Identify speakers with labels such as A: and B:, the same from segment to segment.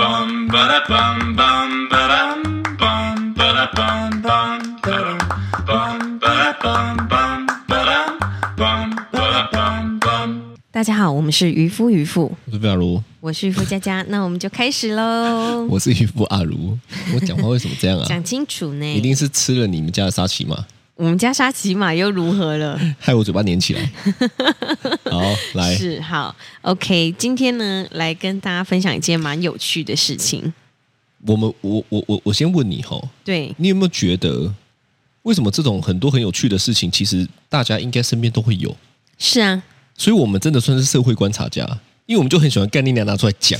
A: bum ba da bum bum ba dum bum ba da bum bum ba dum bum ba da bum bum ba dum bum ba da bum bum.
B: 大家好，我们是渔夫渔妇，
C: 我是贝尔如，
B: 我是渔夫佳 佳，那我们就开始喽。
C: 我是渔夫阿如。我讲话为什么这样啊
B: 讲？清楚呢，
C: 一定是吃了你们家的沙琪玛，
B: 我们家沙琪玛又如何了？
C: 害我嘴巴粘起 来。好， 来，
B: 是好，OK，今天呢，来跟大家分享一件蛮有趣的事
C: 嗯
B: 情。
C: 我们我我我我先问你吼，
B: 对，
C: 你有没有觉得为什么这种很多很有趣的事情，其实大家应该身边都会有？
B: 是啊，
C: 所以我们真的算是社会观察家，因为我们就很喜欢概念量拿出来 讲。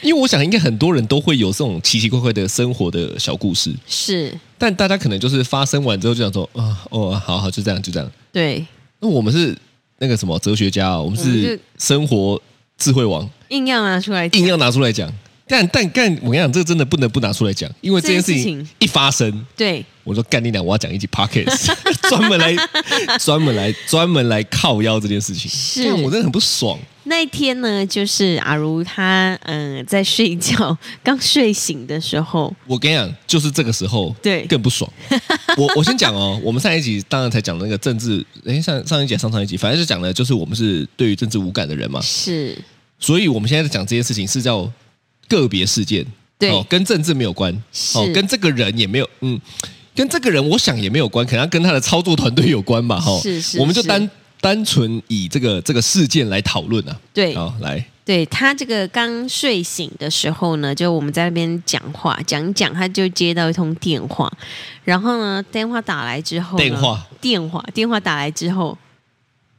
C: 因为我想，应该很多人都会有这种奇奇怪怪的生活的小故事，
B: 是，
C: 但大家可能就是发生完之后就想说啊，哦，好好，就这样，就这样。
B: 对，
C: 那我们是那个什么哲学家、哦，我们
B: 我们是
C: 是生活智慧王，
B: 硬要拿出来讲
C: 硬要拿出来讲。但但干，我跟你讲，这个真的不能不拿出来讲，因为这件事
B: 这件事
C: 情
B: 情
C: 一发生，
B: 对，
C: 我说干你俩，我要讲一集 podcast，专 门来专门来专门来靠腰这件事情。
B: 是
C: 干我真的很不爽。
B: 那一天呢，就是阿如他嗯、呃在睡觉， 刚睡醒的时候，
C: 我跟你讲，就是这个时候，
B: 对
C: 更不爽。我我先讲哦， 我们上一集当然才讲那个政治，诶，上上一集还是上上一集，反正就讲的就是我们是对于政治无感的人嘛，
B: 是
C: 所以我们现在在讲这件事情是叫个别事件，
B: 对
C: 哦，跟政治没有关，哦
B: 是，
C: 跟这个人也没有，嗯，跟这个人我想也没有关，可能要跟他的操作团队有关吧，哈、哦，
B: 是是
C: 我们就是单单纯以这个这个事件来讨论啊，
B: 对
C: 好、来，
B: 对他这个刚睡醒的时候呢，就我们在那边讲话讲一讲，他就接到一通电话，然后呢，电话打来之后呢，
C: 电话
B: 电话电话打来之后，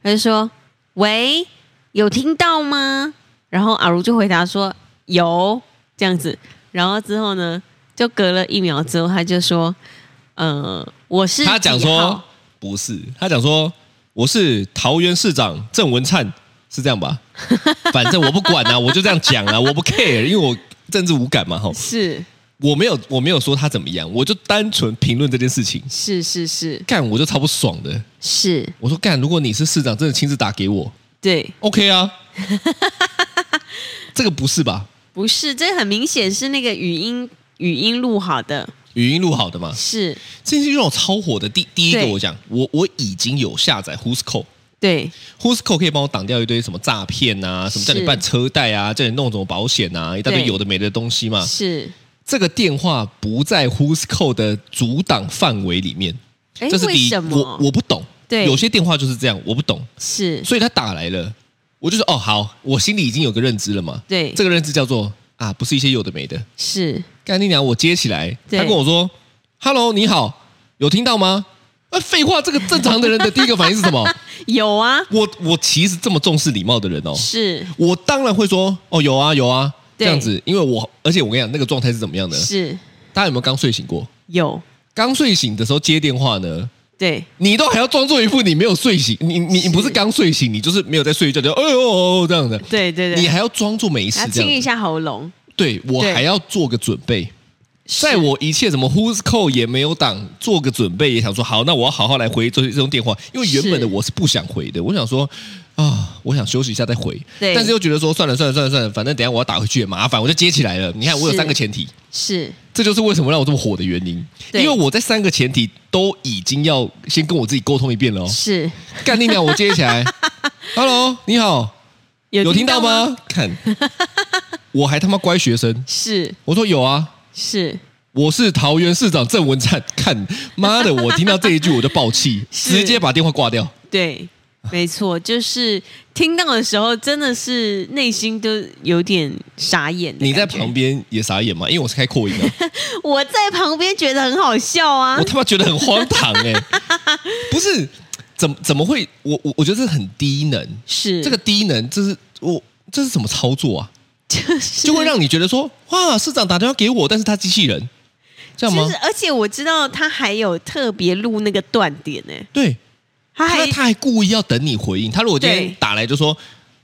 B: 他就说：“喂，有听到吗？”然后阿如就回答说：“有。”这样子，然后之后呢，就隔了一秒之后，他就说：“呃，我是
C: 他讲
B: 几
C: 说
B: 号
C: 不是，他讲说我是桃园市长郑文灿，是这样 吧？反正我不管啊，我就这样讲啊，我不 care，因为我政治无感嘛，哈、
B: 是
C: 我没有我没有说他怎么样，我就单纯评论这件事情。
B: 是是是
C: 干我就超不爽的。
B: 是，
C: 我说干，如果你是市长，真的亲自打给我
B: 对，
C: ，OK 啊？ 这个不是吧？
B: 不是，这很明显是那个语音语音录好的，
C: 语音录好的嘛？
B: 是
C: 这件事情让我超火的。第第一个
B: 对
C: 我讲，我我已经有下载 Who's Call，Who's
B: 对
C: Call 可以帮我挡掉一堆什么诈骗啊，什么叫
B: 是
C: 你办车贷啊，叫你弄什么保险啊，一大堆
B: 对
C: 有的没的东西嘛。
B: 是，
C: 这个电话不在 Who's Call 的阻挡范围里面，
B: 哎，
C: 这是
B: 为
C: 第一。
B: 什
C: 我
B: 么？
C: 我不懂，
B: 对
C: 有些电话就是这样，我不懂。
B: 是
C: 所以他打来了，我就说哦好，我心里已经有个认知了嘛。
B: 对
C: 这个认知叫做啊，不是一些有的没的。
B: 是
C: 干你娘！我接起来，
B: 对
C: 他跟我说：“Hello，你好，有听到吗？”啊，废话，这个正常的人的第一个反应是什么？
B: 有啊，
C: 我我其实这么重视礼貌的人哦，
B: 是
C: 我当然会说哦有啊有啊这
B: 对
C: 样子，因为我而且我跟你讲那个状态是怎么样的？
B: 是
C: 大家有没有刚睡醒过？
B: 有，
C: 刚睡醒的时候接电话呢，
B: 对
C: 你都还要装作一副你没有睡醒，你你
B: 是
C: 你不是刚睡醒，你就是没有在睡觉，就哎呦哦哦这样的，
B: 对对
C: 你
B: 对，
C: 还要装作没事
B: 要
C: 这
B: 清一
C: 样子。
B: 下喉咙，
C: 对我
B: 对
C: 还要做个准备，在
B: 是
C: 我一切什么 Who's Call 也没有挡，做个准备也想说好，那我要好好来回这这通电话，因为原本的
B: 是
C: 我是不想回的，我想说啊，我想休息一下再回，
B: 对
C: 但是又觉得说算了算了算了算了，反正等一下我要打回去也麻烦，我就接起来了。你看我有
B: 是
C: 三个前提，
B: 是
C: 这就是为什么让我这么火的原因，
B: 对
C: 因为我在三个前提都已经要先跟我自己沟通一遍了、哦。
B: 是
C: 干你娘！我接起 来，Hello，你好，有听到？吗？看，我还他妈乖学生，
B: 是
C: 我说有啊，
B: 是
C: 我是桃园市长郑文灿。看，妈的，我听到这一句我就爆气，
B: 是
C: 直接把电话挂掉。
B: 对，没错，就是听到的时候，真的是内心都有点傻眼的
C: 你在
B: 感觉。
C: 旁边也傻眼嘛？因为我是开扩音啊，
B: 我在旁边觉得很好笑 啊
C: 我，他妈觉得很荒唐 哎、不是，怎么怎么会？我我我觉得这很低能，
B: 是
C: 这个低能，这是我这是什么操作啊？
B: 就是
C: 就会让你觉得说，哇，市长打电话给我，但是他机器人，这样吗
B: 就？是，而且我知道他还有特别录那个断点呢、
C: 对，
B: 他还
C: 啊他他还故意要等你回应。他如果今天
B: 对
C: 打来就说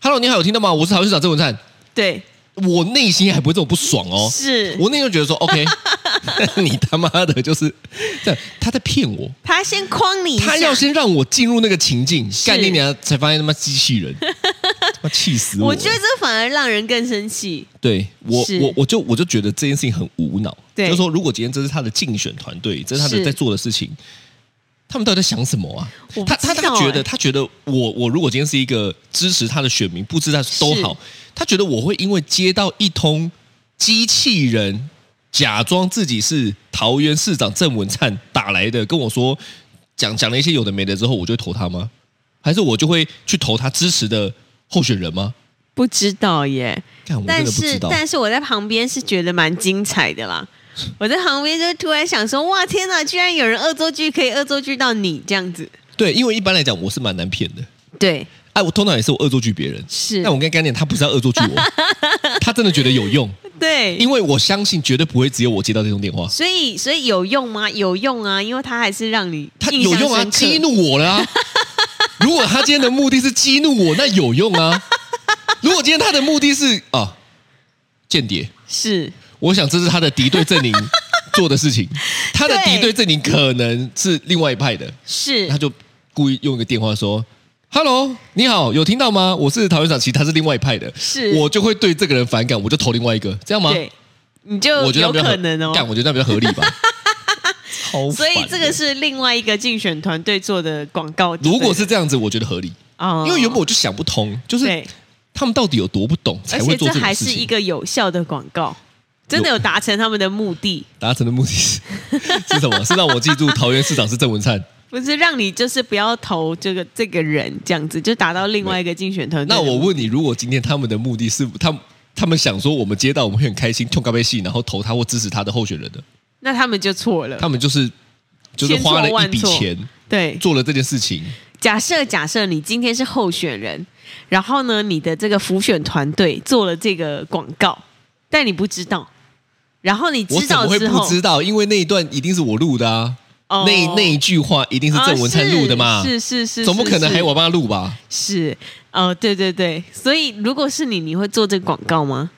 C: ，Hello，你好，有听到吗？我是桃园市长郑文灿。
B: 对
C: 我内心还不会这种不爽哦，
B: 是
C: 我内心就 觉得说，OK，你他妈的就是这样，他在骗我，
B: 他先框你一下，
C: 他要先让我进入那个情境，
B: 是
C: 干你娘才发现他妈机器人，妈气死我！
B: 我觉得这反而让人更生气。
C: 对我
B: 是
C: 我我就我就觉得这件事情很无脑，
B: 对
C: 就是说如果今天这是他的竞选团队，这是他的
B: 是
C: 在做的事情，他们到底在想什么啊
B: 我？不
C: 他他
B: 知道
C: 他觉得
B: 欸
C: 他觉得我我如果今天是一个支持他的选民，不知道都好
B: 是，
C: 他觉得我会因为接到一通机器人假装自己是桃园市长郑文灿打来的，跟我说讲讲了一些有的没的之后，我就会投他吗？还是我就会去投他支持的候选人吗？
B: 不知道耶，
C: 看我真
B: 但
C: 的不知
B: 是
C: 道。
B: 但是我在旁边是觉得蛮精彩的 啦。我在旁边就突然想说，哇天哪，居然有人恶作剧可以恶作剧到你这样子。
C: 对，因为一般来讲我是蛮难骗的。
B: 对，
C: 哎、我通常也是我恶作剧别人，
B: 是
C: 但我跟干念他不是要恶作剧我， 他真的觉得有用，
B: 对，
C: 因为我相信绝对不会只有我接到这通电话，
B: 所以所以有用吗？有用啊，因为它还是让你
C: 他
B: 印
C: 有
B: 象
C: 用啊，
B: 深刻
C: 激怒我 了啊。如果他今天的目的是激怒我，那有用啊。如果今天他的目的是啊间谍，
B: 是
C: 我想这是他的敌对阵营做的事情，他的
B: 对
C: 敌对阵营可能是另外一派的，
B: 是
C: 他就故意用一个电话说。Hello，你好，有听到吗？我是桃园长，其实他是另外一派的，
B: 是
C: 我就会对这个人反感，我就投另外一个，这样吗？
B: 对，你就
C: 我觉得
B: 有
C: 比较
B: 可能哦。
C: 干，我觉得那比较合理吧。超
B: 所以
C: 烦的
B: 这个是另外一个竞选团队做的广告。
C: 如果是这样子，我觉得合理，
B: 啊
C: 因为原本我就想不通，就是
B: 哦对，
C: 他们到底有多不懂才
B: 而
C: 会
B: 且
C: 做
B: 这
C: 种
B: 还
C: 事
B: 是一
C: 情。
B: 个有效的广告，真的有达成他们的目的，
C: 达成的目的是 是什么？是让我记 住桃园市长是郑文灿。
B: 不是让你就是不要投这个这个人这样子，就达到另外一个竞选团队
C: 那
B: 的目的。
C: 我问你，如果今天他们的目的是他们他们想说我们接到我们会很开心，痛咖啡戏，然后投他或支持他的候选人的，
B: 那他们就错了。
C: 他们就是就是
B: 千错
C: 花了一笔
B: 万错
C: 钱
B: 对，
C: 做了这件事情，
B: 假设假设你今天是候选人，然后呢，你的这个辅选团队做了这个广告，但你不知道，然后你
C: 我
B: 知
C: 怎
B: 道
C: 么会
B: 之
C: 不
B: 后，
C: 知道？因为那一段一定是我录的啊，
B: 哦
C: 那那一句话一定是郑文灿录的嘛，
B: 啊是是是是，
C: 总不可能还
B: 是
C: 我帮他录吧？
B: 是哦，对对对，所以如果是你，你会做这个广告吗？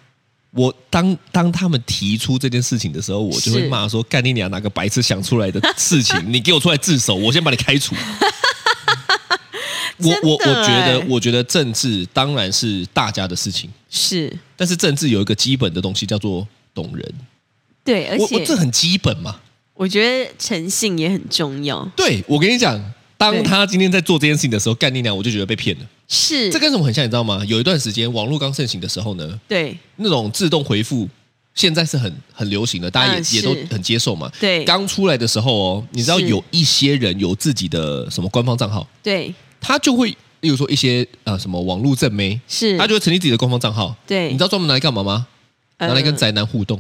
C: 我当当他们提出这件事情的时候，我就会
B: 是
C: 骂说：“干你娘，哪个白痴想出来的 事情？你给我出来自首，我先把你开除。我”我我
B: 真的
C: 觉得
B: 欸，
C: 我觉得政治当然是大家的事情，
B: 是，
C: 但是政治有一个基本的东西叫做懂人，
B: 对，而
C: 我我
B: 且
C: 这很基本嘛。
B: 我觉得诚信也很重要，
C: 对我跟你讲，
B: 对
C: 当他今天在做这件事情的时候，干你娘，我就觉得被骗了。
B: 是
C: 这跟什么很像，你知道吗？有一段时间网络刚盛行的时候呢，
B: 对
C: 那种自动回复现在是很很流行的，大家也、
B: 嗯是
C: 也都很接受嘛。
B: 对
C: 刚出来的时候哦，你知道
B: 是
C: 有一些人有自己的什么官方账号，
B: 对
C: 他就会，例如说一些呃什么网络正妹，
B: 是，
C: 他就会成立自己的官方账号。
B: 对
C: 你知道专门拿来干嘛吗？拿来跟
B: 呃
C: 宅男互动，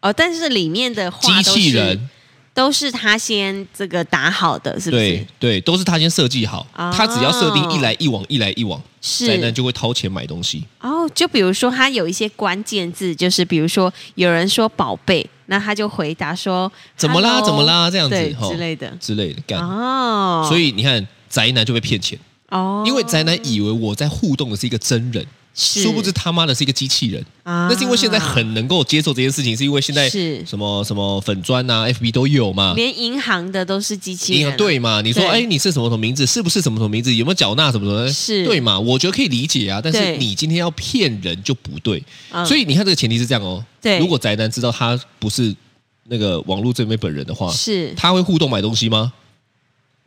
B: 哦，但是里面的话
C: 机
B: 都
C: 器
B: 是
C: 人，
B: 都是他先这个打好的，是不
C: 对
B: 是？
C: 对，都是他先设计好，
B: 哦
C: 他只要设定一来一往，一来一往，宅男
B: 是
C: 就会掏钱买东西。
B: 哦，就比如说他有一些关键字，就是比如说有人说宝贝，那他就回答说
C: 怎么啦？
B: “Hello
C: 怎么啦？这样子
B: 对
C: 吼
B: 之类的
C: 之类的干，
B: 哦，
C: 所以你看宅男就被骗钱。
B: 哦，
C: 因为宅男以为我在互动的是一个真人，
B: 是
C: 殊不知他妈的是一个机器人。
B: 哦啊
C: 那是因为现在很能够接受这件事情，是因为现在
B: 是
C: 什么什么粉砖啊、FB 都有嘛。
B: 连银行的都是机器
C: 你
B: 人啊，
C: 对嘛？你说
B: 对
C: 哎，你是什么什么名字？是不是什么什么名字？有没有缴纳什么什么？
B: 是
C: 对嘛？我觉得可以理解啊，但是
B: 对
C: 你今天要骗人就不对。
B: 嗯
C: 所以你看这个前提是这样哦。
B: 对
C: 如果宅男知道他不是那个网络正妹本人的话，
B: 是
C: 他会互动买东西吗？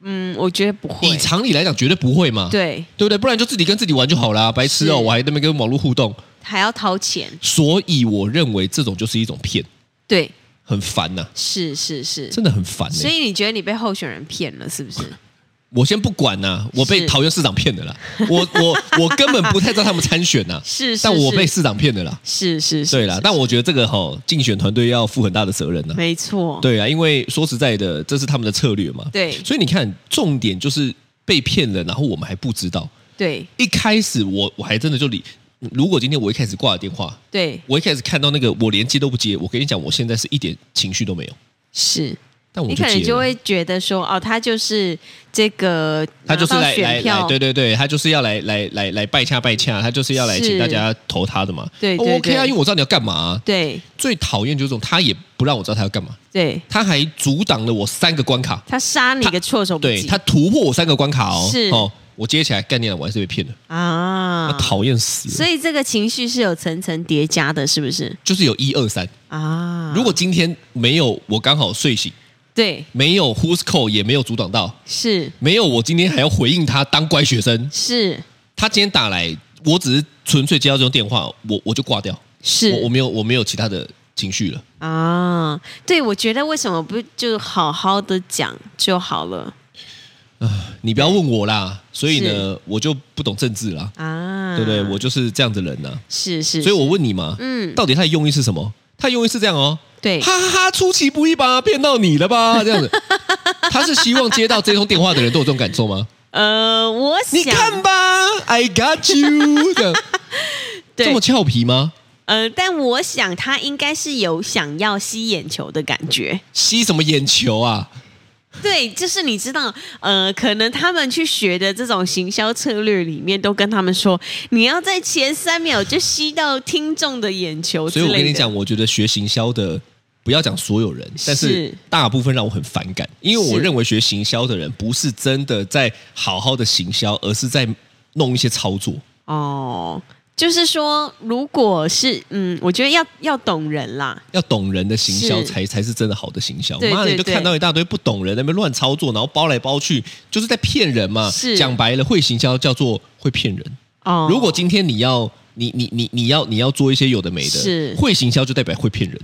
B: 嗯，我觉得不会
C: 以，常啊理来讲，绝对不会嘛。
B: 对，
C: 对不对？不然就自己跟自己玩就好啦，白痴哦！
B: 是
C: 我还在那边跟网络互动，
B: 还要掏钱，
C: 所以我认为这种就是一种骗，
B: 对，
C: 很烦呐、
B: 是是是，
C: 真的很烦、欸。
B: 所以你觉得你被候选人骗了， 是不是？
C: 我先不管呐、我被
B: 是
C: 桃园市长骗的啦，我我我根本不太知道他们参选 呐、
B: 是，是
C: 但我
B: 是
C: 被市长骗的啦。
B: 是是是，
C: 对啦
B: 是，
C: 但我觉得这个哈、竞选团队要负很大的责任呐、
B: 没错，
C: 对啊，因为说实在的，这是他们的策略嘛。
B: 对
C: 所以你看，重点就是被骗了，然后我们还不知道。
B: 对
C: 一开始我我还真的就理，如果今天我一开始挂了电话，
B: 对
C: 我一开始看到那个，我连接都不接。我跟你讲，我现在是一点情绪都没有，
B: 是，
C: 但我
B: 你
C: 就
B: 可能
C: 接
B: 就
C: 了。
B: 会觉得说，哦，他就是这个，
C: 他就是来来
B: 选
C: 来，
B: 票，
C: 对对对，他就是要来来来来拜洽拜洽，他就是要来
B: 是
C: 请大家投他的嘛。
B: 对
C: 哦
B: 对
C: OK 啊，
B: 对
C: 因为我知道你要干嘛啊、
B: 对
C: 最讨厌就是这种，他也不让我知道他要干嘛，
B: 对，
C: 他还阻挡了我三个关卡，
B: 他杀你
C: 他
B: 个措手不
C: 对
B: 及，
C: 他突破我三个关卡哦，
B: 是
C: 哦，我接起来概念，我还是被骗了，
B: 啊
C: 那，讨厌死了。
B: 所以这个情绪是有层层叠加的，是不是
C: 就是有一二三，
B: 啊？
C: 如果今天没有我刚好睡醒，
B: 对，
C: 没有 Who's Call 也没有阻挡到，
B: 是
C: 没有我今天还要回应他当乖学生，
B: 是
C: 他今天打来，我只是纯粹接到这种电话，我我就挂掉，我我
B: 是
C: 没有我没有其他的情绪了。
B: 啊，对，我觉得为什么不就好好的讲就好了
C: 你不要问我啦，所以呢，我就不懂政治啦，
B: 啊？
C: 对不对？我就是这样的人呐、
B: 是是，
C: 所以我
B: 是
C: 问你嘛，
B: 嗯，
C: 到底他的用意是什么？他的用意是这样哦，
B: 对
C: 哈哈哈，出其不意吧，骗到你了吧，这样子。 他是希望接到这通电话的人都有这种感受吗？
B: 呃，我想
C: 你看吧，I got you，这样
B: 对
C: 这么俏皮吗？
B: 呃，但我想他应该是有想要吸眼球的感觉。
C: 吸什么眼球啊？
B: 对，就是你知道，呃，可能他们去学的这种行销策略里面，都跟他们说，你要在前三秒就吸到听众的眼球之
C: 所
B: 类
C: 以
B: 的。
C: 我跟你讲，我觉得学行销的，不要讲所有人，但是
B: 是
C: 大部分让我很反感，因为我
B: 是
C: 认为学行销的人不是真的在好好的行销，而是在弄一些操作。
B: 哦，就是说，如果是嗯，我觉得要要懂人啦，
C: 要懂人的行销
B: 是
C: 才才是真的好的行销。
B: 对
C: 妈的，
B: 对
C: 你就
B: 对
C: 看到一大堆不懂人在那边乱操作，然后包来包去，就是在骗人嘛。
B: 是
C: 讲白了，会行销叫做会骗人。
B: 哦，
C: 如果今天你要你你你你要你要做一些有的没的，
B: 是
C: 会行销就代表会骗人。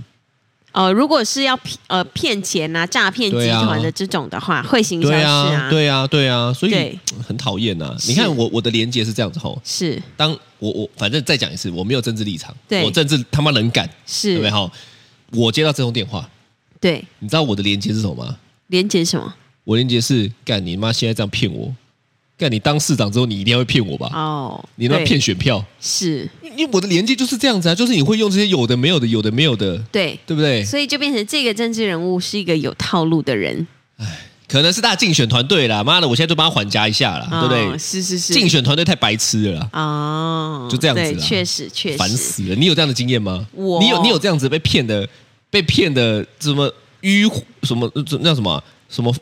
B: 呃，如果是要骗呃骗钱啊、诈骗集
C: 对啊
B: 团的这种的话，会行销
C: 对
B: 是
C: 啊，对啊，对啊，所以
B: 对
C: 很讨厌呐、
B: 是
C: 你看我我的连接是这样子吼，
B: 是
C: 当我我反正再讲一次，我没有政治立场，
B: 对
C: 我政治他妈冷感，对不对
B: 是，
C: 吼？我接到这通电话，
B: 对，
C: 你知道我的连接是什么吗？
B: 连接什么？
C: 我连接是干你妈，现在这样骗我，干你当市长之后，你一定会骗我吧？
B: 哦，
C: 你他妈
B: 对
C: 骗选票，
B: 是，
C: 因为我的连接就是这样子啊，就是你会用这些有的没有的，有的没有的，
B: 对，
C: 对不对？
B: 所以就变成这个政治人物是一个有套路的人，
C: 可能是大家竞选团队啦，妈的，我现在就帮他缓夹一下啦，对不
B: 哦
C: 对？
B: 是是是，
C: 竞选团队太白痴了啦。
B: 哦，
C: 就这样子啦
B: 对，确实确实，
C: 烦死了！你有这样的经验吗？
B: 我
C: 你有你有这样子被骗的，被骗的什么迂回什么这那什么啊什么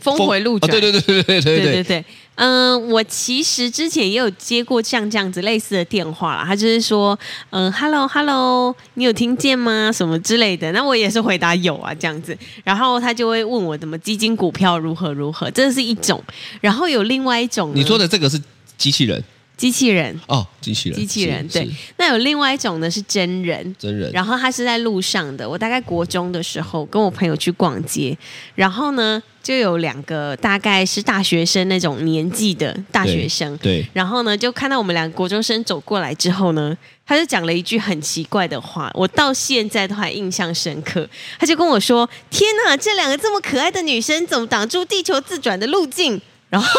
B: 峰回路转，
C: 啊对对对对对对
B: 对对
C: 对
B: 对嗯、我其实之前也有接过像这样子类似的电话啦，他就是说，嗯、h e l l o Hello，你有听见吗？什么之类的。那我也是回答有啊这样子，然后他就会问我怎么基金股票如何如何，这是一种。然后有另外一种呢，
C: 你说的这个是机器人
B: 机器人，
C: 哦，机器人，
B: 机器人
C: 是
B: 对
C: 是。
B: 那有另外一种呢是真人，
C: 真人，
B: 然后他是在路上的，我大概国中的时候跟我朋友去逛街，然后呢就有两个大概是大学生那种年纪的大学生，
C: 对
B: 然后呢就看到我们两个国中生走过来之后呢，他就讲了一句很奇怪的话，我到现在都还印象深刻。他就跟我说：“天哪，这两个这么可爱的女生怎么挡住地球自转的路径？”然后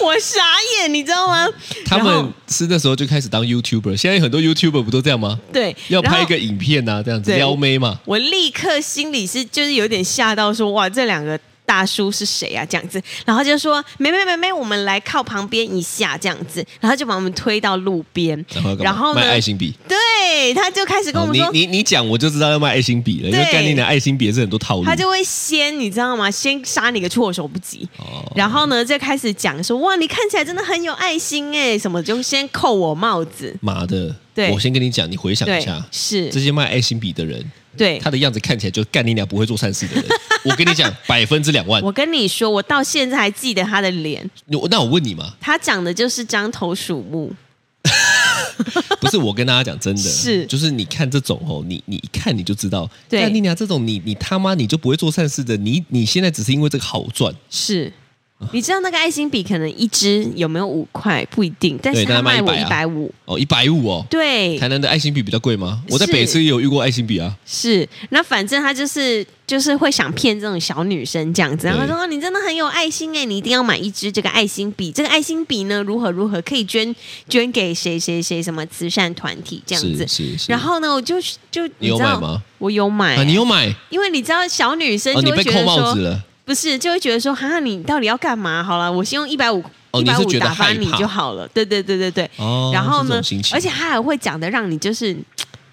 B: 我傻眼，你知道吗？
C: 他
B: 然
C: 们
B: 后
C: 是那时候就开始当 YouTuber，现在很多 YouTuber 不都这样吗？
B: 对，
C: 要
B: 然后
C: 拍一个影片呐、啊，这样子
B: 对
C: 撩妹嘛，
B: 我立刻心里是就是有点吓到说，哇，这两个大叔是谁啊？这样子，然后就说没没没没，我们来靠旁边一下这样子，然后就把我们推到路边，
C: 然后要干嘛
B: 然后呢
C: 卖爱心笔。
B: 对，他就开始跟我
C: 哦
B: 们
C: 你
B: 说。
C: 你你讲我就知道要卖爱心笔了，因为
B: 对
C: 概念的爱心笔也是很多套路。
B: 他就会先，你知道吗？先杀你个措手不及，
C: 哦
B: 然后呢，再开始讲说，哇，你看起来真的很有爱心哎，什么就先扣我帽子，
C: 妈的，
B: 对
C: 我先跟你讲，你回想一
B: 对
C: 下，，这
B: 是，
C: 些卖爱心笔的人，
B: 对，
C: 他的样子看起来就干你俩不会做善事的人。 我跟你讲，百分之两万。
B: 我跟你说，我到现在还记得他的脸，
C: 我那我问你嘛，
B: 他长的就是獐头鼠目，
C: 不是我跟大家讲真 的，
B: 是
C: 就是你看这种哦，你你一看你就知道，
B: 对
C: 干你俩这种你你他妈你就不会做善事的，你你现在只是因为这个好赚，
B: 是，你知道那个爱心笔可能一支有没有五块不一定，但是
C: 对
B: 他
C: 但
B: 卖
C: 是
B: 我
C: 卖
B: 一
C: 100
B: 百五，
C: 哦，一百五哦。
B: 对
C: 台，南的爱心笔比较贵吗？我在
B: 是
C: 北市也有遇过爱心笔啊，
B: 是。那反正他就是就是会想骗这种小女生这样子，然后
C: 对
B: 说哦你真的很有爱心哎、你一定要买一支这个爱心笔，这个爱心笔呢如何如何可以捐捐给谁谁谁什么慈善团体这样
C: 是
B: 子。
C: 是是。
B: 然后呢，我就就
C: 你有
B: 知道
C: 买吗？
B: 我有买、
C: 啊，你有买
B: 因为你知道小女生
C: 哦，
B: 就
C: 你
B: 会
C: 被
B: 觉
C: 扣
B: 得说，
C: 帽子了，
B: 不是，就会觉得说，哈，你到底要干嘛？好了，我先用一百五，
C: 哦
B: 一
C: 你
B: 百
C: 是
B: 五
C: 觉得
B: 打发
C: 害
B: 你
C: 怕
B: 就好了。对对对对对。
C: 哦，
B: 然后
C: 是这
B: 呢
C: 种心，情
B: 而且他还会讲的让你就是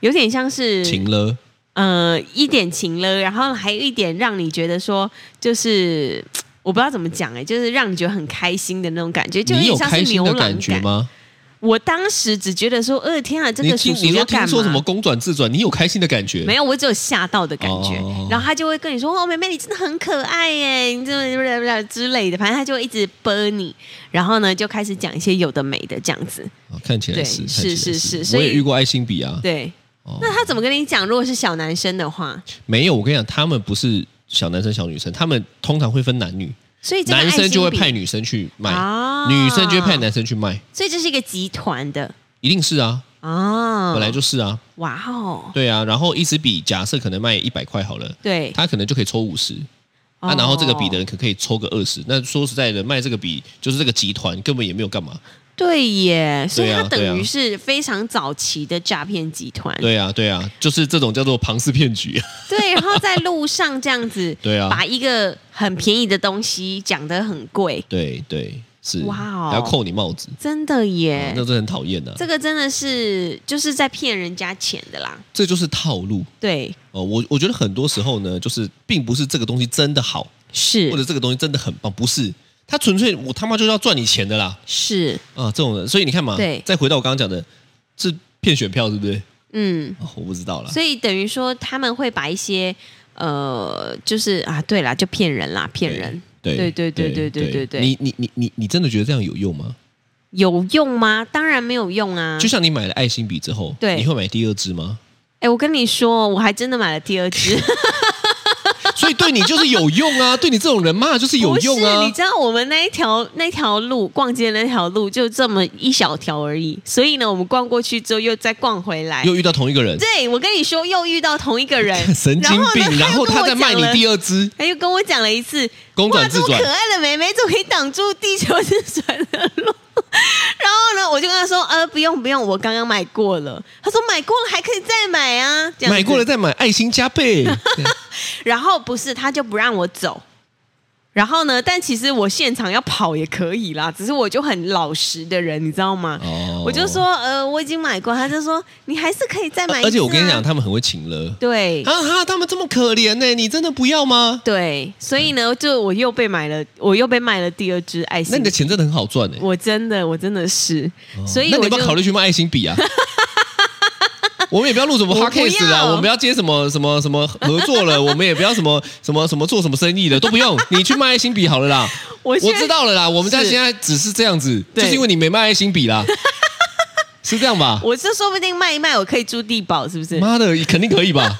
B: 有点像是
C: 晴了，
B: 呃一点情了，然后还有一点让你觉得说就是我不知道怎么讲哎、就是让你觉得很开心的那种感觉，就有
C: 你有
B: 点像是
C: 开心
B: 牛
C: 的
B: 郎
C: 感觉吗？
B: 我当时只觉得说，呃，天啊，这
C: 你
B: 个
C: 听
B: 叔叔
C: 你说
B: 要干嘛？
C: 听说什么公转自转，你有开心的感觉？
B: 没有，我只有吓到的感觉。
C: 哦
B: 然后他就会跟你说：“哦，妹妹，你真的很可爱耶，你怎么 不不不之类的。”反正他就会一直啵你，然后呢就开始讲一些有的没的这样子。
C: 啊看起来
B: 对
C: 是，
B: 是
C: 看起来
B: 是是
C: 我
B: 所以
C: 也遇过爱心笔 啊。
B: 对，
C: 哦
B: 那他怎么跟你讲？如果是小男生的话，
C: 没有，我跟你讲，他们不是小男生小女生，他们通常会分男女，
B: 所以这个
C: 男
B: 爱
C: 生
B: 心
C: 就会
B: 笔
C: 派，女生去卖，
B: 啊
C: 女生就会派男生去卖，
B: 所以这是一个集团的
C: 一定是啊，
B: 哦。
C: 本来就是啊，
B: 哇哦，
C: 对啊。然后一支笔假设可能卖一百块好了，
B: 对，
C: 他可能就可以抽五十，
B: 哦
C: 啊，然后这个笔的人可可以抽个二十。那说实在的，卖这个笔就是这个集团根本也没有干嘛。
B: 对耶，所以
C: 对啊
B: 他等
C: 对
B: 于
C: 啊
B: 是非常早期的诈骗集团。
C: 对啊，对啊，就是这种叫做庞氏骗局。
B: 对，然后在路上这样子
C: ，对啊
B: 把一个很便宜的东西讲得很贵，
C: 对对，是
B: 哇哦
C: 要扣你帽子，
B: 真的耶，
C: 嗯那真的很讨厌的、啊
B: 这
C: 这
B: 个真的是就是在骗人家钱的啦。
C: 这就是套路
B: 对，
C: 哦。我我觉得很多时候呢，就是并不是这个东西真的好，或者
B: 是
C: 这个东西真的很棒，不是。他纯粹我他妈就是要赚你钱的啦
B: 是，
C: 啊！这种人，所以你看嘛，
B: 对
C: 再回到我刚刚讲的，是骗选票，是不是？
B: 嗯，
C: 哦，我不知道啦。
B: 所以等于说他们会把一些呃，就是啊，对啦，就骗人啦，骗人
C: 对
B: 对对对对对对
C: 你你你你你真的觉得这样有用吗？
B: 有用吗？当然没有用啊
C: 就。像你买了爱心笔之后，
B: 对
C: 你会买第二支吗？
B: 哎，我跟你说，我还真的买了第二支。
C: 所以对你就是有用啊，对你这种人嘛就是 有用
B: 不是，
C: 啊
B: 你。知道我们那一条那条路逛街的那条路就这么一小条而已，所以呢，我们逛过去之后又再逛回来。
C: 又遇到同一个人，，
B: 对，我跟你说，又遇到同一个人
C: 神经病，然
B: 然
C: 后
B: 后呢
C: 他再卖你第
B: 二，
C: 二支，
B: 他又跟我讲了一次，
C: 公转自
B: 哇，
C: 转
B: 这么可爱的妹妹怎么可以挡住地球之转的路？然后呢，我就跟他说，呃，不用不用，我刚刚买过了。他说买过了还可以再买啊，这样子
C: 买过了再买，爱心加 倍。对
B: 然后不是，他就不让我走。然后呢？但其实我现场要跑也可以啦，只是我就很老实的人，你知道吗？
C: 哦
B: 我就，说，呃，我已经买过，他就说你还是可以再买一次啊、
C: 而且我跟你讲，他们很会请了
B: 对、
C: 啊哈，他们这么可怜呢，你真的不要吗？
B: 对，所以呢，就我又被买了，我又被卖了第二支爱心。
C: 那你的钱真的很好赚呢。
B: 我真的，我真的是，所以
C: 那
B: 我
C: 你要不
B: 就
C: 要考虑去卖爱心 笔啊？我们也不要录什么
B: 我不
C: podcast 啦，
B: 要
C: 我们不要接什么什么什么合作 了，我们也不要什么什么什么做什么生意的，都不用，你去卖爱心笔好了啦。
B: 我
C: 我
B: 现在
C: 知道了啦，我们家
B: 是
C: 现在只是这样子，就
B: 对
C: 是因为你没卖爱心笔 啦，是这样吧？
B: 我这说不定卖一卖，我可以住地堡，是不是？
C: 妈的，肯定可 以吧？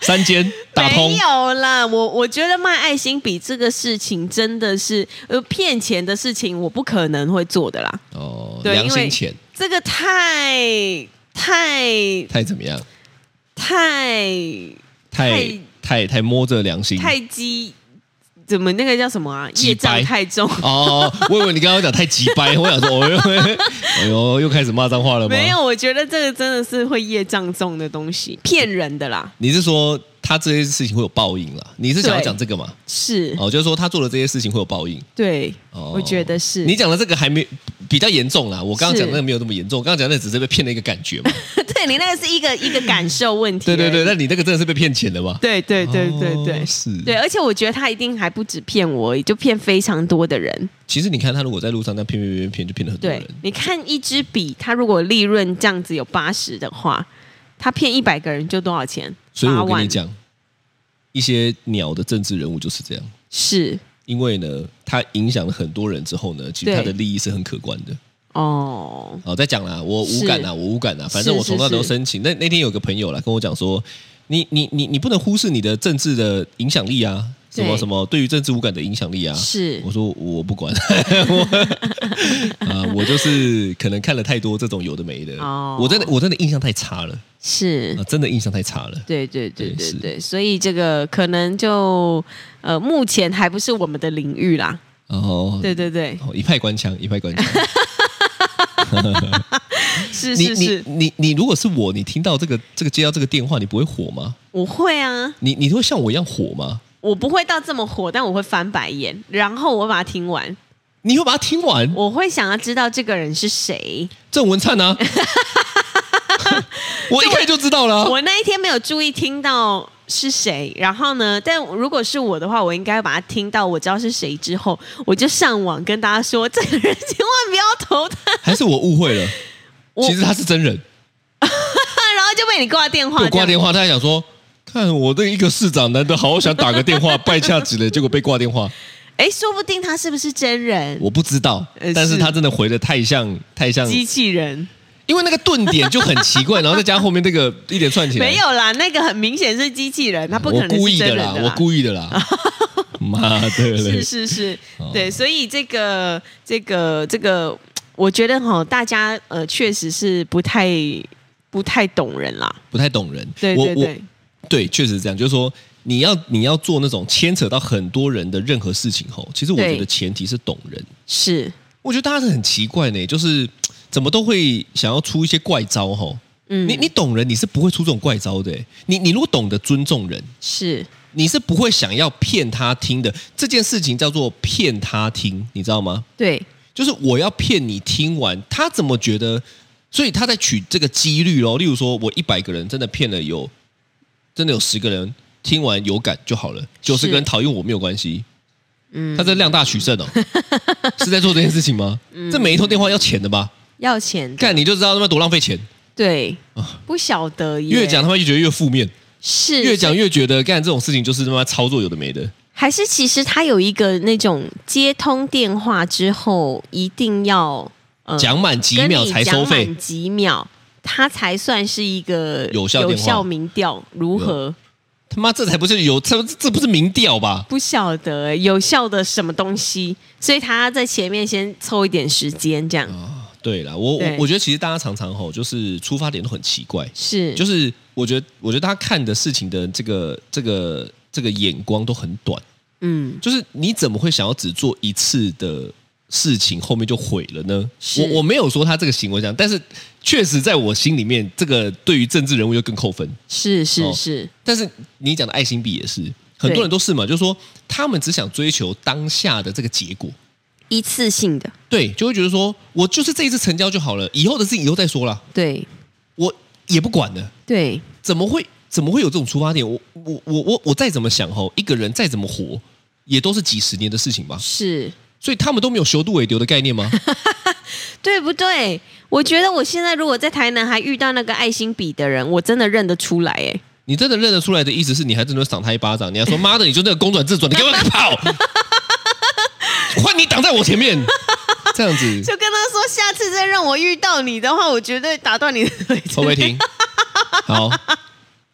C: 三间打通
B: 没，有啦，我我觉得卖爱心笔这个事情真的是呃骗钱的事情，我不可能会做的啦。
C: 哦，
B: 对
C: 良
B: 因为
C: 心钱
B: 这个太太
C: 太怎么样？
B: 太
C: 太太太摸着良心。
B: 太激，怎么那个叫什么啊？
C: 鸡
B: 业
C: 掰
B: 障太重。
C: 哦，我以为你刚刚讲太急掰，我想说，哦呦，哎呦，又开始骂脏话了 吗？
B: 没有，我觉得这个真的是会业障重的东西，骗人的啦。
C: 你是说他这些事情会有报应啦？你是想要讲这个吗？
B: 是，
C: 哦，就是说他做的这些事情会有报应。
B: 对，
C: 哦，
B: 我觉得是。
C: 你讲的这个还没比较严重啦，我刚刚
B: 是
C: 讲那个没有那么严重，我刚刚讲那只是被骗了一个感觉 嘛。
B: 对你那个是一个一个感受问题而
C: 对
B: 已。
C: 对对，那你那个真的是被骗钱了吧？
B: 对对对对对，
C: 哦是
B: 对，而且我觉得他一定还不止骗我而已，就骗非常多的人。
C: 其实你看他如果在路上那骗骗骗骗，就骗了很多
B: 对
C: 人，。
B: 你看一支笔，他如果利润这样子有八十的话，他骗一百个人就多少钱？
C: 所以
B: 八
C: 我跟
B: 万
C: 你。讲，一些鸟的政治人物就是这样，
B: 是
C: 因为呢，他影响了很多人之后呢，其实
B: 对
C: 他的利益是很可观的。
B: 哦，
C: 哦，再讲啦，我无感啊啦，我无感啦，反正我从那都申请。那那天有个朋友啦跟我讲说，你你你你不能忽视你的政治的影响力啊，什么
B: 对
C: 什么对于政治无感的影响力啊。
B: 是
C: 我说我不管， 我啊、我就是可能看了太多这种有的没的，
B: 哦
C: 我真的我真的印象太差了，
B: 是
C: 啊、，真的印象太差了。
B: 对对对
C: 对
B: 对
C: 是
B: 对，所以这个可能就呃，目前还不是我们的领域啦。
C: 然后
B: 对对对，
C: 哦，一派官腔，一派官腔。
B: 是
C: 你
B: 是
C: 你
B: 是，
C: 你你，如果是我，你听到这个这个接到这个电话，你不会火吗？
B: 我会啊，
C: 你你会像我一样火吗？
B: 我不会到这么火，但我会翻白眼，然后我把它听完，
C: 你会把它听完？
B: 我会想要知道这个人是谁。
C: 郑文灿 啊，我一看就知道了啊、
B: 我那一天没有注意听到是谁，然后呢，但如果是我的话，我应该把他听到，我知道是谁之后，我就上网跟大家说，这个人千万不要投他，
C: 还是我误会了？
B: 我
C: 其实他是真人，
B: 然后就被你挂电话，
C: 我挂电
B: 话，
C: 话，他还想说，看我的一个市长，难得好想打个电话拜下 子嘞，结果被挂电话，
B: 哎，说不定他是不是真人
C: 我不知道
B: 呃，
C: 但是
B: 是
C: 他真的回的太像太像，
B: 机器人？
C: 因为那个顿点就很奇怪，然后再加后面那个一点串起来，
B: 没有啦，那个很明显是机器人，他不可
C: 我故
B: 能是
C: 意
B: 真
C: 的
B: 人
C: 啦，
B: 的
C: 我故意的啦， 妈的嘞
B: 是！是是
C: 哦，
B: 对，所以这个这个这个，我觉得哈，大家呃确实是不太不太懂人啦，
C: 不太懂人。
B: 对对
C: 我
B: 对，
C: 我对，确实是这样，就是说你要你要做那种牵扯到很多人的任何事情后，其实我
B: 对
C: 觉得前提是懂人。
B: 是，
C: 我觉得大家是很奇怪呢，就是嘖怎么都会想要出一些怪招吼。
B: 嗯，
C: 你你懂人，你是不会出这种怪招的。欸你你如果懂得尊重人，
B: 是
C: 你是不会想要骗他听的。这件事情叫做骗他听，你知道吗？
B: 对，
C: 就是我要骗你听完，他怎么觉得？所以他在取这个几率咯。例如说，我一百个人真的骗了有，真的有十个人听完有感就好了，九十
B: 是
C: 个人讨厌我没有关系。
B: 嗯
C: 他在量大取胜 哦，是在做这件事情吗？
B: 嗯
C: 这每一通电话要钱的吧？
B: 要钱的，
C: 看你就知道他妈多浪费钱，
B: 对，不晓得耶
C: 啊越讲他妈越觉得越负面，
B: 是
C: 越讲越觉得干这种事情就是他妈操作有的没的。
B: 还是其实他有一个那种接通电话之后一定要呃
C: 讲满几
B: 跟
C: 秒
B: 你
C: 才
B: 讲
C: 收费
B: 满，几秒，他才算是一个
C: 有效电话
B: 民调，如何
C: 他妈这才不是有这这不是民调吧？
B: 不晓得欸有效的什么东西，所以他在前面先凑一点时间，这样、
C: 啊，对啦，我我
B: 对
C: 我觉得其实大家常常吼，就是出发点都很奇怪，
B: 是
C: 就是我觉得我觉得大家看的事情的这个这个这个眼光都很短，
B: 嗯
C: 就是你怎么会想要只做一次的事情，后面就毁了呢？
B: 是
C: 我我没有说他这个行为这样，但是确实在我心里面，这个对于政治人物就更扣分。
B: 是
C: 哦
B: 是是、
C: 但是你讲的爱心币也是，很多人都是嘛，就是说他们只想追求当下的这个结果，
B: 一次性的，
C: 对，就会觉得说我就是这一次成交就好了，以后的事情以后再说啦，
B: 对
C: 我也不管了。
B: 对
C: 怎么会怎么会有这种出发点？我我我我我再怎么想吼，一个人再怎么活，也都是几十年的事情吧。
B: 是。
C: 所以他们都没有修度尾流的概念吗？
B: 对不对？我觉得我现在如果在台南还遇到那个爱心笔的人，我真的认得出来哎。
C: 你真的认得出来的意思是你还真的赏他一巴掌，你还说 妈的，你就那个公转自转，你给我跑！ 换你挡在我前面，这样 子
B: 就跟他说，下次再让我遇到你的话，我绝对打断你的腿。
C: 会不会停？好，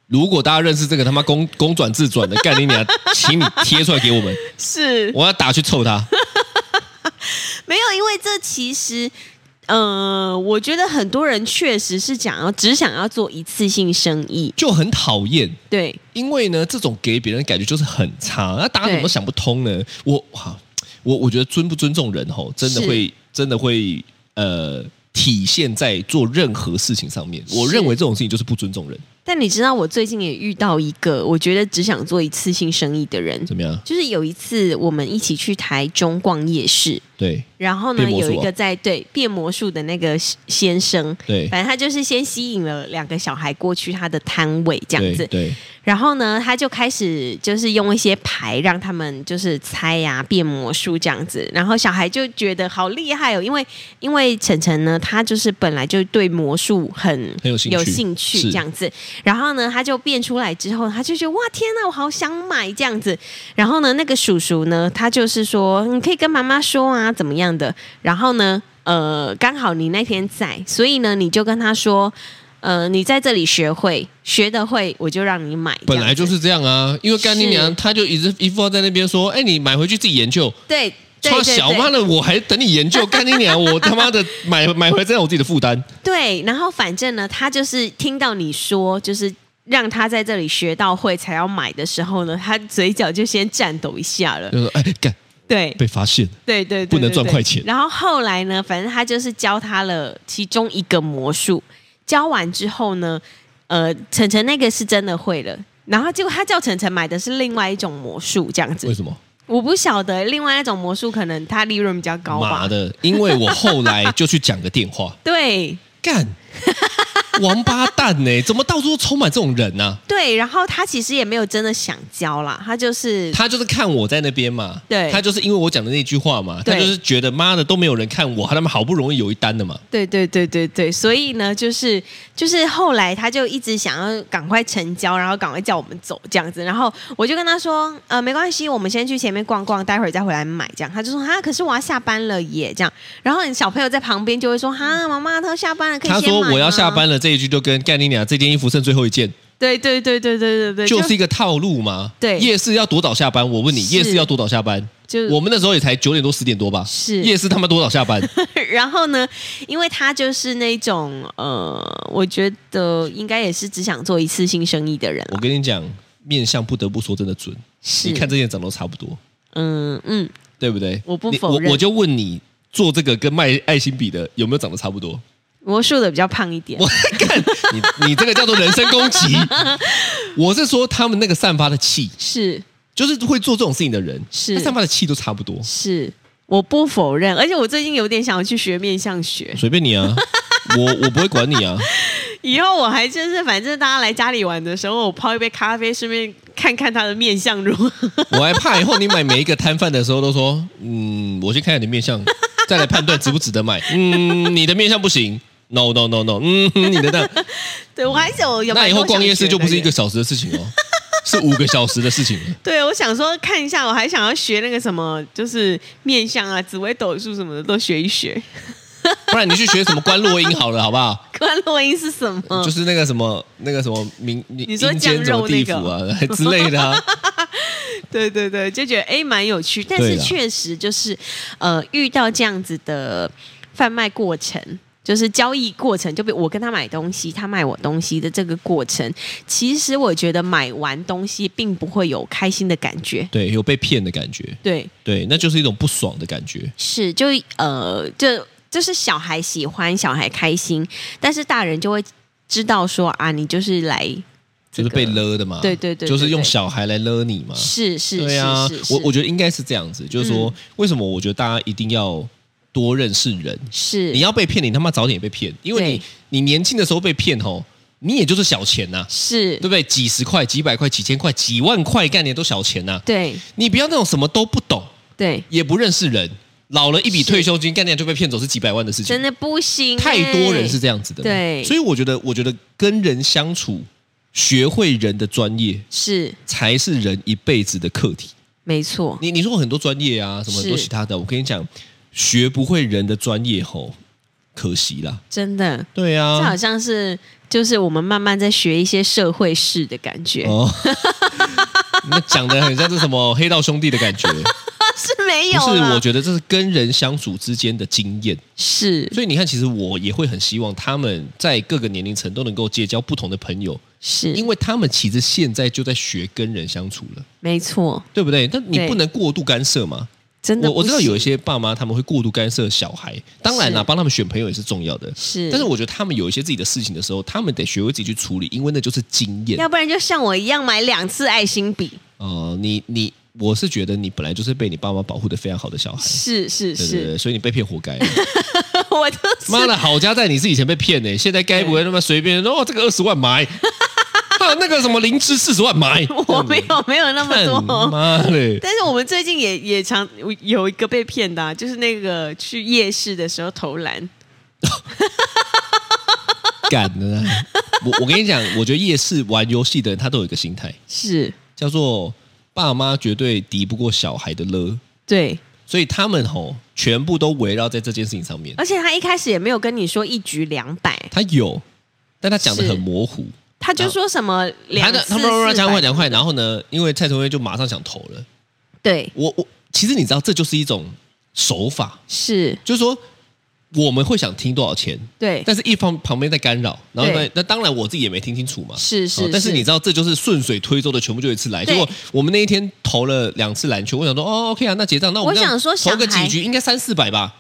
C: 如果大家认识这个他妈公公转自转的概念，你还请你贴出来给我们，
B: 是
C: 我要打去臭他。
B: 没有，因为这其实，呃，我觉得很多人确实是想要只想要做一次性生意，
C: 就很讨厌。
B: 对，
C: 因为呢，这种给别人的感觉就是很差，那大家怎么
B: 对
C: 想不通呢？我好，我我觉得尊不尊重人吼，真的
B: 是
C: 会真的会呃体现在做任何事情上面。我
B: 是
C: 认为这种事情就是不尊重人，
B: 但你知道，我最近也遇到一个，我觉得只想做一次性生意的人，
C: 怎么样？
B: 就是有一次我们一起去台中逛夜市，
C: 对
B: 然后呢，
C: 变魔术
B: 有一
C: 啊
B: 个在对变魔术的那个先生，
C: 对
B: 反正他就是先吸引了两个小孩过去他的摊位这样
C: 对
B: 子，
C: 对，
B: 然后呢，他就开始就是用一些牌让他们就是猜呀、变魔术这样子，然后小孩就觉得好厉害哦，因为因为晨晨呢，他就是本来就对魔术很
C: 很有兴趣
B: 有兴趣
C: 是
B: 这样子，然后呢，他就变出来之后，他就觉得哇天呐，我好想买这样子，然后呢，那个叔叔呢，他就是说你可以跟妈妈说啊，怎么样的，然后呢。呃，刚好你那天在，所以呢，你就跟他说，呃，你在这里学会，学得会，我就让你买。
C: 本来就
B: 这样
C: 是这样啊。因为干爹
B: 是
C: 娘他就一直一副在那边说：“哎，你买回去自己研究。”
B: 子对，对
C: 说小妈
B: 对
C: 的，我还等你研究，干爹娘，我他妈的买买回来再让我自己的负担。
B: 对，然后反正呢，他就是听到你说，就是让他在这里学到会才要买的时候呢，他嘴角就先颤抖一下了。
C: 就说：“哎，干
B: 对，
C: 被发现，
B: 对对对，
C: 不能
B: 对
C: 赚
B: 对
C: 快钱
B: 然后后来呢，反正他就是教他了其中一个魔术，教完之后呢，呃，晨晨那个是真的会了。然后结果他叫晨晨买的是另外一种魔术，这样
C: 为
B: 子，
C: 什么？”
B: 我不晓得另外那种魔术可能他利润比较高吧
C: 妈。的！因为我后来就去讲个电话，
B: 对，
C: 干，王八蛋呢、怎么到处都充满这种人啊呢、
B: 对，然后他其实也没有真的想交啦，他就是
C: 他就是看我在那边嘛，
B: 对
C: 他就是因为我讲的那句话嘛，他
B: 对
C: 就是觉得妈的都没有人看我，他们好不容易有一单的嘛，
B: 对对对对对，所以呢，就是就是后来他就一直想要赶快成交，然后赶快叫我们走这样子，然后我就跟他说，呃，没关系，我们先去前面逛逛，待会儿再回来买这样。他就说，哈，可是我要下班了耶，这样。然后你小朋友在旁边就会说，哈，妈妈，他要下班了，可以
C: 他
B: 先
C: 说
B: 买
C: 我要下
B: 吗。
C: 班了这一句就跟干你娘这件衣服剩最后一件，
B: 对对对对对对对，
C: 就是一个套路嘛。
B: 对
C: 夜市要多早下班？我问你，
B: 是
C: 夜市要多早下班？
B: 就
C: 我们那时候也才九点多十点多吧。
B: 是
C: 夜市他妈多早下班？
B: 然后呢，因为他就是那种呃，我觉得应该也是只想做一次性生意的人
C: 我
B: 了。
C: 跟你讲，面相不得不说真的准。
B: 是，
C: 哦你看这件长得都差不多，
B: 嗯嗯，
C: 对不对？
B: 我不
C: 你
B: 否认
C: 我我就问你，做这个跟卖爱心笔的有没有长得差不多？
B: 魔术的比较胖一点。
C: 我看你，你这个叫做人身攻 击。我是说他们那个散发的气，
B: 是
C: 就是会做这种事情的人，
B: 是
C: 他散发的气都差不多。
B: 是，我不否认，而且我最近有点想要去学面相学，
C: 随便你啊，我我不会管你啊。
B: 以后我还真是，反正大家来家里玩的时候，我泡一杯咖啡，顺便看看他的面相如何。
C: 我还怕以后你买每一个摊贩的时候都说，嗯，我先看看你的面相，再来判断值不值得买。嗯，你的面相不行，no no no no，嗯，你的那
B: 对我还是有有蛮
C: 那以
B: 多
C: 后逛
B: 想
C: 夜市
B: 学
C: 就不
B: 的
C: 是一
B: 耶
C: 个小时的事情哦，是五个小时的事情。
B: 对，我想说看一下，我还想要学那个什么，就是面相啊、紫微斗数什么的都学一学。
C: 不然你去学什么关落音好了，好不好？
B: 关洛音是什么？
C: 就是那个什么那个什么民
B: 嗯你
C: 阴
B: 说酱
C: 间什
B: 肉
C: 么
B: 那
C: 地
B: 个
C: 府啊 之类的啊。
B: 对对对，就觉得哎蛮有趣，但
C: 对
B: 是
C: 啦
B: 确实就是呃遇到这样子的贩卖过程。就是交易过程，就比我跟他买东西，他卖我东西的这个过程，其实我觉得买完东西并不会有开心的感觉，
C: 对，有被骗的感觉，
B: 对，
C: 对，那就是一种不爽的感觉。
B: 是，就呃，就就是小孩喜欢，小孩开心，但是大人就会知道说啊，你就是来
C: 就是被勒的嘛，
B: 对对对对
C: 就是用小孩来勒你嘛，
B: 是是
C: 对啊
B: 是，嗯是，
C: 我我觉得应该是这样子，就是说、为什么我觉得大家一定要多认识人，
B: 是
C: 你要被骗，你他妈早点被骗，因为你
B: 对
C: 你年轻的时候被骗吼，你也就是小钱呐、
B: 是
C: 对不对？几十块、几百块、几千块、几万块概念都小钱呐、
B: 对
C: 你不要那种什么都不懂，
B: 对，
C: 也不认识人，老了一笔
B: 是
C: 退休金概念就被骗走是几百万的事情
B: 真，的不行、欸
C: 太多人是
B: 这
C: 这样子的，
B: 对
C: 所以我觉得，我觉得跟人相处，学会人的专业
B: 是
C: 才是人一辈子的课题。
B: 没错，
C: 你你说很多专业啊，什么很多
B: 是
C: 其他的，我跟你讲，学不会人的专业吼，可惜啦。
B: 真的，
C: 对
B: 这好
C: 啊，
B: 像是就是我们慢慢在学一些社会事的感觉，
C: 哦， 那讲的很像是什么黑道兄弟的 感觉，不
B: 是没有
C: 是？
B: 啦
C: 我觉得这是跟人相处之间的经验。
B: 是
C: 所以你看，其实我也会很希望他们在各个年龄层都能够结交不同的朋友，
B: 是，
C: 因为他们其实现在就在学跟人相处了，
B: 没错，
C: 对不对？但你
B: 对
C: 不能过度干涉嘛。
B: 真的
C: 我我知道
B: 不行
C: 有一些爸妈他们会过度干涉小孩，当然啦，
B: 是
C: 帮他们选朋友也是重要的。
B: 是，
C: 但是我觉得他们有一些自己的事情的时候，他们得学会自己去处理，因为那就是经验
B: 要。不然就像我一样买两次爱心笔。
C: 呃，你你，我是觉得你本来就是被你爸妈保护的非常好的小孩，
B: 是是
C: 对对
B: 是，
C: 对，所以你被骗活该。
B: 我就是
C: 妈的，好家在你是以前被骗呢、现在该不会他妈随便哦，这个二十万 买，啊那个什么灵芝四十万买，
B: 我没有没有那么
C: 看
B: 多。
C: 妈的，
B: 但是我们最近也也常有一个被骗的、啊，就是那个去夜市的时候投篮，
C: 敢的啊！我我跟你讲，我觉得夜市玩游戏的人他都有一个心态，
B: 是
C: 叫做爸妈绝对敌不过小孩的勒，
B: 对，
C: 所以他们吼全部都围绕在这件事情上面。
B: 而且他一开始也没有跟你说一局两百，
C: 他有，但他讲的
B: 是
C: 很模糊。
B: 他就说什么两
C: 他
B: 次
C: 的他们慢慢讲快
B: 400
C: 讲快，然后呢，因为蔡崇威就马上想投了。
B: 对，
C: 我我其实你知道，这就是一种手法，
B: 是
C: 就是说我们会想听多少钱，
B: 对，
C: 但是一方旁边在干扰，然后呢
B: 哎对，
C: 那当然我自己也没听清楚嘛。
B: 是
C: 哦
B: 是，
C: 但是你知道，这就是顺水推舟的，全部就一次来。
B: 对
C: 结果我们那一天投了两次篮球，我想说，哦，OK 啊，那结账，那我们
B: 我
C: 这样
B: 想说
C: 投个
B: 小孩
C: 几局应该三四百吧？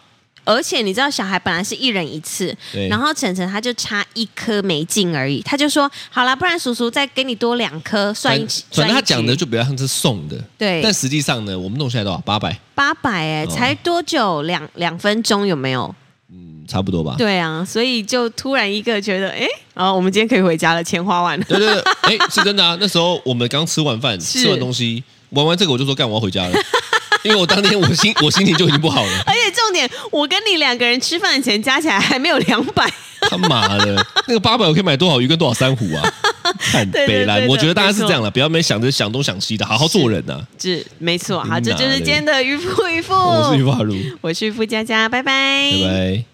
B: 而且你知道，小孩本来是一人一次
C: 对，
B: 然后晨晨他就差一颗没进而已，他就说好啦，不然叔叔再给你多两颗，算一起
C: 反
B: 算一
C: 正他
B: 局
C: 讲的就比较像是送的，
B: 对
C: 但实际上呢，我们弄下来多少？八百，
B: 八百哎，
C: 哦
B: 才多久？两两分钟有没有？
C: 嗯差不多 吧？
B: 对啊，所以就突然一个觉得，哎，哦，我们今天可以回家了，钱花完了。
C: 对对对，哎、是真的啊！那时候我们刚吃完饭，
B: 是
C: 吃完东西，玩完这个我就说干，我要回家了，因为我当天我心我心情就已经不好了，
B: 而且重点，我跟你两个人吃饭的钱加起来还没有两百。
C: 他妈的，那个八百我可以买多少鱼跟多少珊瑚啊？看
B: 对对
C: 北
B: 对
C: 兰，
B: 对
C: 我觉得大家
B: 没
C: 是
B: 错
C: 这样了，不要没想着想东想西的，好好做人啊呐、
B: 是，没错，好，
C: 嗯
B: 这
C: 哪
B: 就是哦
C: 嘞哦
B: 今天的渔夫渔夫，
C: 我是于发如，
B: 我是渔夫佳佳，拜拜，
C: 拜拜。